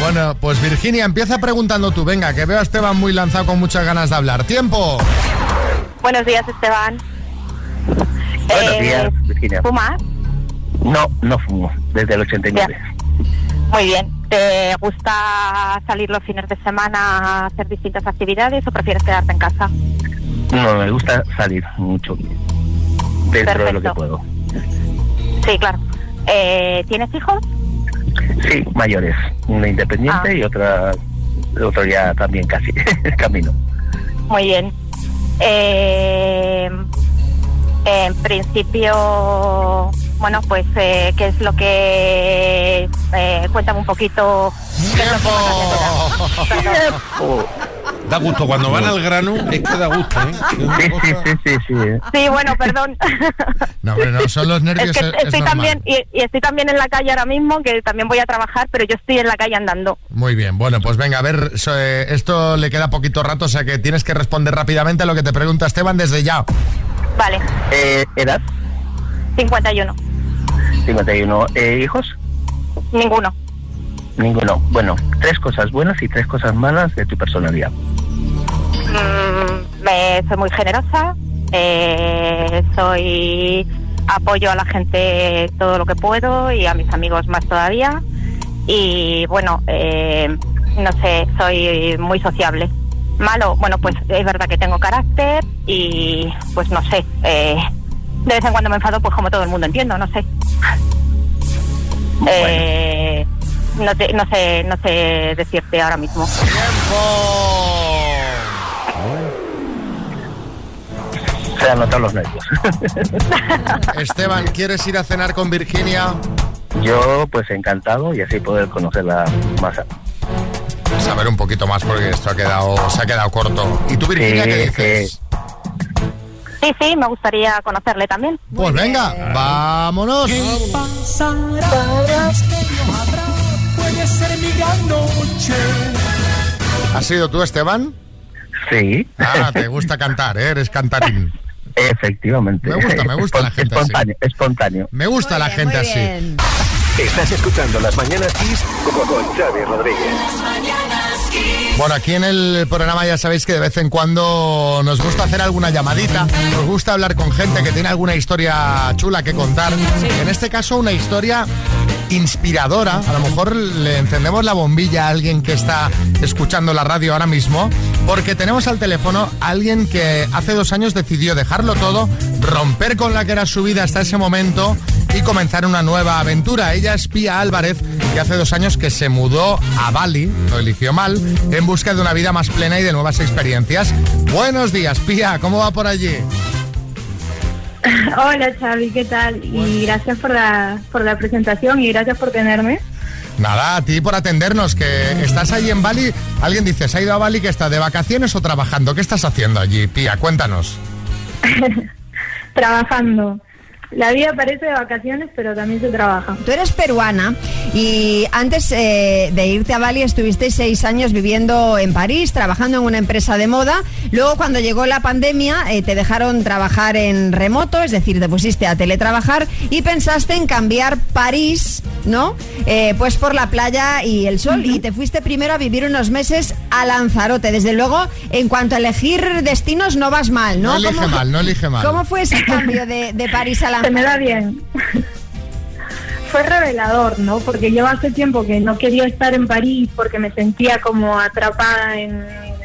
Speaker 2: Bueno, pues Virginia, empieza preguntando tú. Venga, que veo a Esteban muy lanzado con muchas ganas de hablar. ¡Tiempo!
Speaker 9: Buenos días, Esteban.
Speaker 8: Buenos
Speaker 9: Eh,
Speaker 8: días, Virginia.
Speaker 9: ¿Fumas?
Speaker 8: No, no fumo, desde el 89.
Speaker 9: Muy bien. ¿Te gusta salir los fines de semana a hacer distintas actividades o prefieres quedarte en casa?
Speaker 8: No, me gusta salir mucho, dentro de lo que puedo.
Speaker 9: Sí, claro. Eh, ¿Tienes hijos?
Speaker 8: Sí, mayores, una independiente y otra, otro ya también casi, camino.
Speaker 9: Muy bien. Eh, en principio, bueno, pues, eh, ¿qué es lo que...? eh, cuéntame un poquito... qué es lo que más haces ahora. Perdón.
Speaker 8: Oh.
Speaker 25: Da gusto, cuando van al grano es que da gusto, ¿eh?
Speaker 8: Sí, sí, sí, sí, sí. eh.
Speaker 9: Sí, bueno, perdón.
Speaker 2: No, hombre, no, son los nervios.
Speaker 9: es que
Speaker 2: es- es
Speaker 9: estoy
Speaker 2: normal.
Speaker 9: también y, y estoy también en la calle ahora mismo, que también voy a trabajar, pero yo estoy en la calle andando.
Speaker 2: Muy bien, bueno, pues venga, a ver, so- eh, esto le queda poquito rato, o sea que tienes que responder rápidamente a lo que te pregunta Esteban desde ya.
Speaker 9: Vale,
Speaker 8: Eh, ¿Edad?
Speaker 9: 51.
Speaker 8: 51. Eh, ¿Hijos?
Speaker 9: Ninguno.
Speaker 8: Ninguno. Bueno, tres cosas buenas y tres cosas malas de tu personalidad.
Speaker 9: Mm, me, soy muy generosa, eh, soy apoyo a la gente todo lo que puedo y a mis amigos más todavía. Y bueno, eh, no sé, soy muy sociable. Malo, bueno, pues es verdad que tengo carácter y pues no sé, eh, de vez en cuando me enfado, pues como todo el mundo entiendo, no sé. Eh, no, te- no sé, no sé decirte ahora mismo.
Speaker 8: Se han notado los nervios.
Speaker 2: Esteban, ¿quieres ir a cenar con Virginia?
Speaker 8: Yo, pues encantado y así poder conocerla más. a-
Speaker 2: Saber un poquito más porque esto ha quedado, se ha quedado corto. ¿Y tú, Virginia,
Speaker 8: Sí,
Speaker 2: qué dices?
Speaker 8: eh.
Speaker 9: Sí, sí, me gustaría conocerle también.
Speaker 2: Pues venga, vámonos.
Speaker 6: Puede ser mi gran noche.
Speaker 2: ¿Has sido tú, Esteban?
Speaker 8: Sí.
Speaker 2: Ah, te gusta cantar, ¿eh? eres cantarín.
Speaker 8: Efectivamente.
Speaker 2: Me gusta, me gusta la
Speaker 8: Espon-
Speaker 2: gente así.
Speaker 8: Espontáneo, espontáneo.
Speaker 2: Me gusta la gente así.
Speaker 10: Estás escuchando Las Mañanas Kiss con, con Xavi Rodríguez.
Speaker 2: Bueno, aquí en el programa ya sabéis que de vez en cuando nos gusta hacer alguna llamadita, nos gusta hablar con gente que tiene alguna historia chula que contar. En este caso, una historia inspiradora. A lo mejor le encendemos la bombilla a alguien que está escuchando la radio ahora mismo, porque tenemos al teléfono a alguien que hace dos años decidió dejarlo todo, romper con la que era su vida hasta ese momento y comenzar una nueva aventura. Ella es Pía Álvarez, que hace dos años que se mudó a Bali, lo eligió mal, en busca de una vida más plena y de nuevas experiencias. Buenos días, Pía, ¿cómo va por allí?
Speaker 14: Hola Xavi, ¿qué tal? Y gracias por la, por la presentación y gracias por tenerme.
Speaker 2: Nada, a ti por atendernos, que estás ahí en Bali. Alguien dice, ¿se ha ido a Bali que está de vacaciones o trabajando? ¿Qué estás haciendo allí, Pía? Cuéntanos.
Speaker 14: Trabajando. La vida parece de vacaciones, pero también se trabaja.
Speaker 1: Tú eres peruana y antes eh, de irte a Bali estuviste seis años viviendo en París, trabajando en una empresa de moda. Luego cuando llegó la pandemia eh, te dejaron trabajar en remoto, es decir, te pusiste a teletrabajar y pensaste en cambiar París, ¿no? Eh, pues por la playa y el sol. Y te fuiste primero a vivir unos meses a Lanzarote. Desde luego, en cuanto a elegir destinos no vas mal, ¿no?
Speaker 2: No elige
Speaker 1: ¿Cómo-
Speaker 2: mal, no elige mal.
Speaker 1: ¿Cómo fue ese cambio de, de París a Lanzarote?
Speaker 14: Se me da bien. Fue revelador, ¿no? Porque yo hace tiempo que no quería estar en París porque me sentía como atrapada en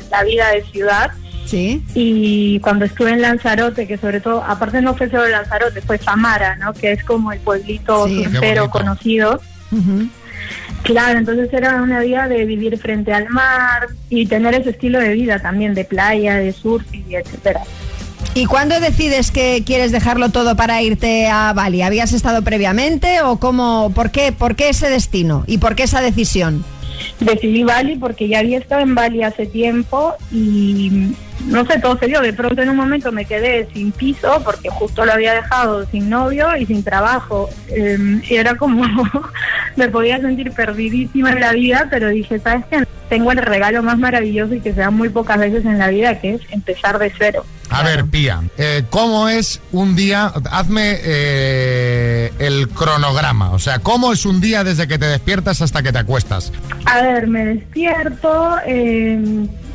Speaker 14: la vida de ciudad.
Speaker 1: Sí.
Speaker 14: Y cuando estuve en Lanzarote, que sobre todo, aparte no fue solo Lanzarote, fue Samara, ¿no? Que es como el pueblito
Speaker 1: Sí. Qué
Speaker 14: surfero
Speaker 1: bonito.
Speaker 14: conocido. Claro, entonces era una vida de vivir frente al mar y tener ese estilo de vida también de playa, de surf y etcétera.
Speaker 1: ¿Y cuándo decides que quieres dejarlo todo para irte a Bali? ¿Habías estado previamente o cómo, por qué, por qué ese destino y por qué esa decisión?
Speaker 14: decidí Bali porque ya había estado en Bali hace tiempo y mm, no sé, todo se dio. De pronto en un momento me quedé sin piso porque justo lo había dejado sin novio y sin trabajo. Eh, y era como, me podía sentir perdidísima en la vida, pero dije, ¿sabes qué? Tengo el regalo más maravilloso y que se da muy pocas veces en la vida, que es empezar de cero.
Speaker 2: A ver, Pía, eh, ¿cómo es un día? Hazme eh, el cronograma, o sea, ¿cómo es un día desde que te despiertas hasta que te acuestas?
Speaker 14: A ver, me despierto, eh,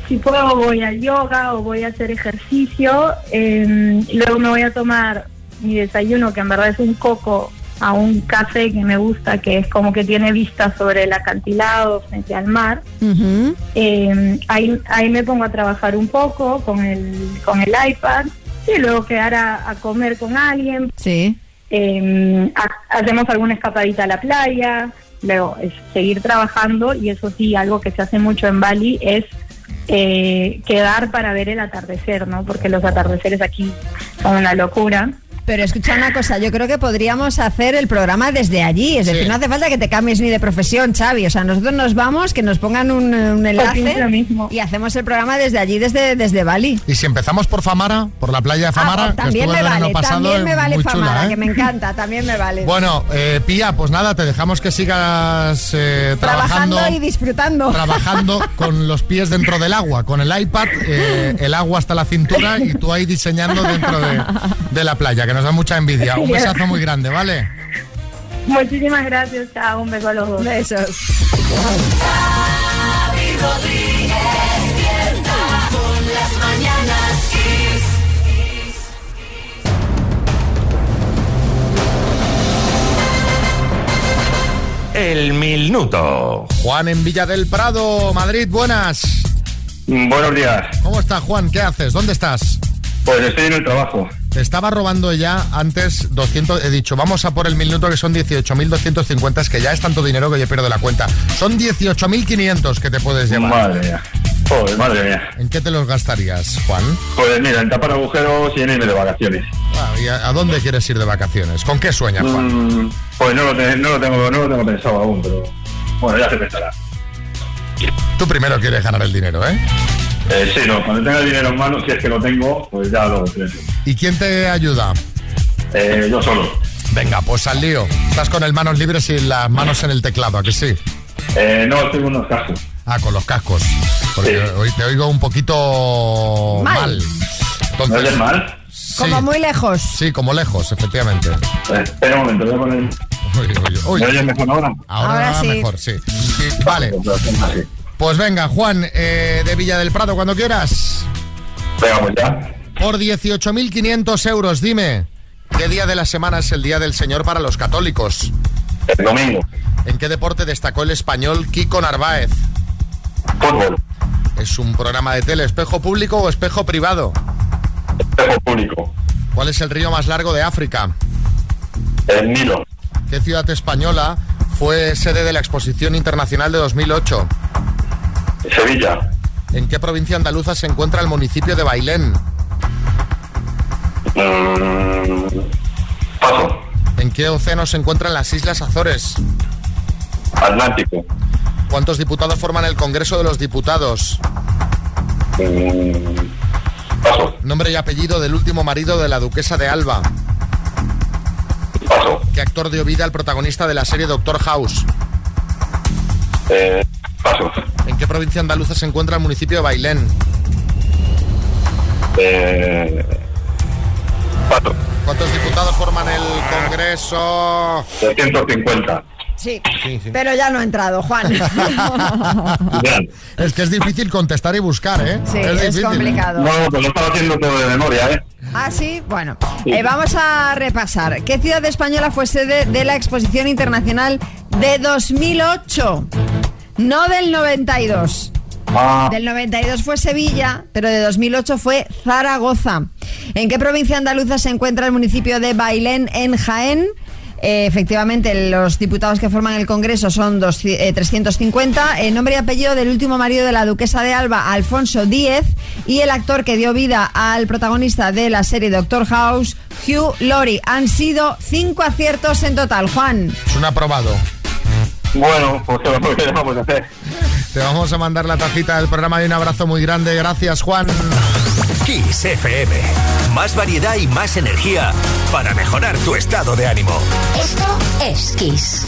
Speaker 14: si puedo voy al yoga o voy a hacer ejercicio, eh, luego me voy a tomar mi desayuno, que en verdad es un coco, a un café que me gusta, que es como que tiene vista sobre el acantilado, frente al mar.
Speaker 1: Mm.
Speaker 14: Eh, ahí, ahí me pongo a trabajar un poco con el, con el iPad y luego quedar a, a comer con alguien.
Speaker 1: Sí.
Speaker 14: Eh, ha- hacemos alguna escapadita a la playa, luego es seguir trabajando y eso sí, algo que se hace mucho en Bali es eh, quedar para ver el atardecer, ¿no? Porque los atardeceres aquí son una locura.
Speaker 1: Pero escucha una cosa, yo creo que podríamos hacer el programa desde allí. Es decir,
Speaker 14: Sí.
Speaker 1: no hace falta que te cambies ni de profesión, Xavi. O sea, nosotros nos vamos, que nos pongan un, eh, un enlace
Speaker 14: pienso Pues lo
Speaker 1: y hacemos el programa desde allí, desde, desde Bali.
Speaker 2: Y si empezamos por Famara, por la playa de Famara,
Speaker 1: Ah, pues,
Speaker 2: que
Speaker 1: también
Speaker 2: estuve
Speaker 1: me
Speaker 2: el verano
Speaker 1: vale,
Speaker 2: pasado,
Speaker 1: también me
Speaker 2: es
Speaker 1: vale
Speaker 2: muy
Speaker 1: Famara,
Speaker 2: chula, ¿eh?
Speaker 1: que me encanta, también me vale.
Speaker 2: Bueno, eh, Pía, pues nada, te dejamos que sigas eh,
Speaker 1: trabajando,
Speaker 2: trabajando,
Speaker 1: y disfrutando.
Speaker 2: trabajando con los pies dentro del agua, con el iPad, eh, el agua hasta la cintura y tú ahí diseñando dentro de, de la playa, que nos da mucha envidia. Un besazo muy grande, ¿vale?
Speaker 14: Muchísimas gracias, chao, un beso a los dos.
Speaker 1: Besos.
Speaker 6: Xavi Rodríguez, despierta con las mañanas Kiss.
Speaker 2: El minuto. Juan en Villa del Prado, Madrid, buenas.
Speaker 12: Buenos días.
Speaker 2: ¿Cómo estás, Juan? ¿Qué haces? ¿Dónde estás?
Speaker 12: Pues estoy en el trabajo.
Speaker 2: Te estaba robando ya antes 200, he dicho, vamos a por el minuto que son 18.250, es que ya es tanto dinero que yo pierdo la cuenta. Son 18.500 que te puedes llevar.
Speaker 12: Madre mía. Joder, madre mía.
Speaker 2: ¿En qué te los gastarías, Juan?
Speaker 12: Pues mira, en tapar agujeros y en irme de vacaciones.
Speaker 2: Ah, ¿y a, a dónde quieres ir de vacaciones? ¿Con qué sueñas, Juan?
Speaker 12: Mm, pues no lo, te- no lo tengo, no lo tengo pensado aún, pero bueno, ya se pensará. Mm.
Speaker 2: Tú primero quieres ganar el dinero, ¿eh?
Speaker 12: Eh, sí, no, cuando tenga el dinero en mano, si es que lo tengo, pues ya lo pienso.
Speaker 2: ¿Y quién te ayuda?
Speaker 12: Eh, yo solo.
Speaker 2: Venga, pues al lío. Estás con el manos libres y las manos en el teclado, ¿a que sí?
Speaker 12: Eh, no, tengo unos cascos.
Speaker 2: Ah, con los cascos. Porque hoy te oigo un poquito
Speaker 1: Mal.
Speaker 2: Oh, mal.
Speaker 12: ¿No oyes mal?
Speaker 1: Como muy lejos.
Speaker 2: Sí, como lejos, efectivamente.
Speaker 12: Eh, espera un momento, voy a poner... ¿Me oyes mejor ahora?
Speaker 2: Ahora,
Speaker 12: Ahora sí.
Speaker 2: mejor, sí. Vale. Pues venga, Juan, eh, de Villa del Prado, cuando quieras.
Speaker 12: Venga, pues ya.
Speaker 2: Por 18.500 euros, dime, ¿qué día de la semana es el Día del Señor para los católicos?
Speaker 12: El domingo.
Speaker 2: ¿En qué deporte destacó el español Kiko Narváez?
Speaker 12: Fútbol.
Speaker 2: ¿Es un programa de tele, espejo público o espejo privado?
Speaker 12: Espejo público.
Speaker 2: ¿Cuál es el río más largo de África?
Speaker 12: El Nilo.
Speaker 2: ¿Qué ciudad española fue sede de la Exposición Internacional de 2008?
Speaker 12: Sevilla.
Speaker 2: ¿En qué provincia andaluza se encuentra el municipio de Bailén?
Speaker 12: Mm, paso.
Speaker 2: ¿En qué océano se encuentran las Islas Azores?
Speaker 12: Atlántico.
Speaker 2: ¿Cuántos diputados forman el Congreso de los Diputados?
Speaker 12: Mm,
Speaker 2: Nombre y apellido del último marido de la duquesa de Alba. ¿Qué actor dio vida al protagonista de la serie Doctor House?
Speaker 12: eh, paso.
Speaker 2: ¿En qué provincia andaluza se encuentra el municipio de Bailén?
Speaker 12: Eh, paso.
Speaker 2: ¿Cuántos diputados forman el Congreso?
Speaker 12: 350.
Speaker 1: Sí. pero ya no ha entrado, Juan.
Speaker 2: Ah, Es que es difícil contestar y buscar, ¿eh?
Speaker 1: Sí, es
Speaker 2: difícil.
Speaker 1: complicado.
Speaker 12: No, pues lo estaba haciendo todo de memoria, ¿eh?
Speaker 1: Ah, sí, bueno. Eh, vamos a repasar. ¿Qué ciudad española fue sede de la Exposición Internacional de 2008? No del 92.
Speaker 12: Ah.
Speaker 1: Del 92 fue Sevilla, pero de 2008 fue Zaragoza. ¿En qué provincia andaluza se encuentra el municipio de Bailén en Jaén? Eh, efectivamente, los diputados que forman el Congreso son dos- eh, 350. El nombre y apellido del último marido de la duquesa de Alba, Alfonso Díez, y el actor que dio vida al protagonista de la serie Doctor House, Hugh Laurie. Han sido cinco aciertos en total, Juan.
Speaker 2: Es un aprobado.
Speaker 27: Bueno, pues ¿qué vamos- qué vamos a hacer?
Speaker 2: Te vamos a mandar la tacita del programa y un abrazo muy grande. Gracias, Juan.
Speaker 3: Kiss FM. Más variedad y más energía para mejorar tu estado de ánimo.
Speaker 8: Esto es Kiss.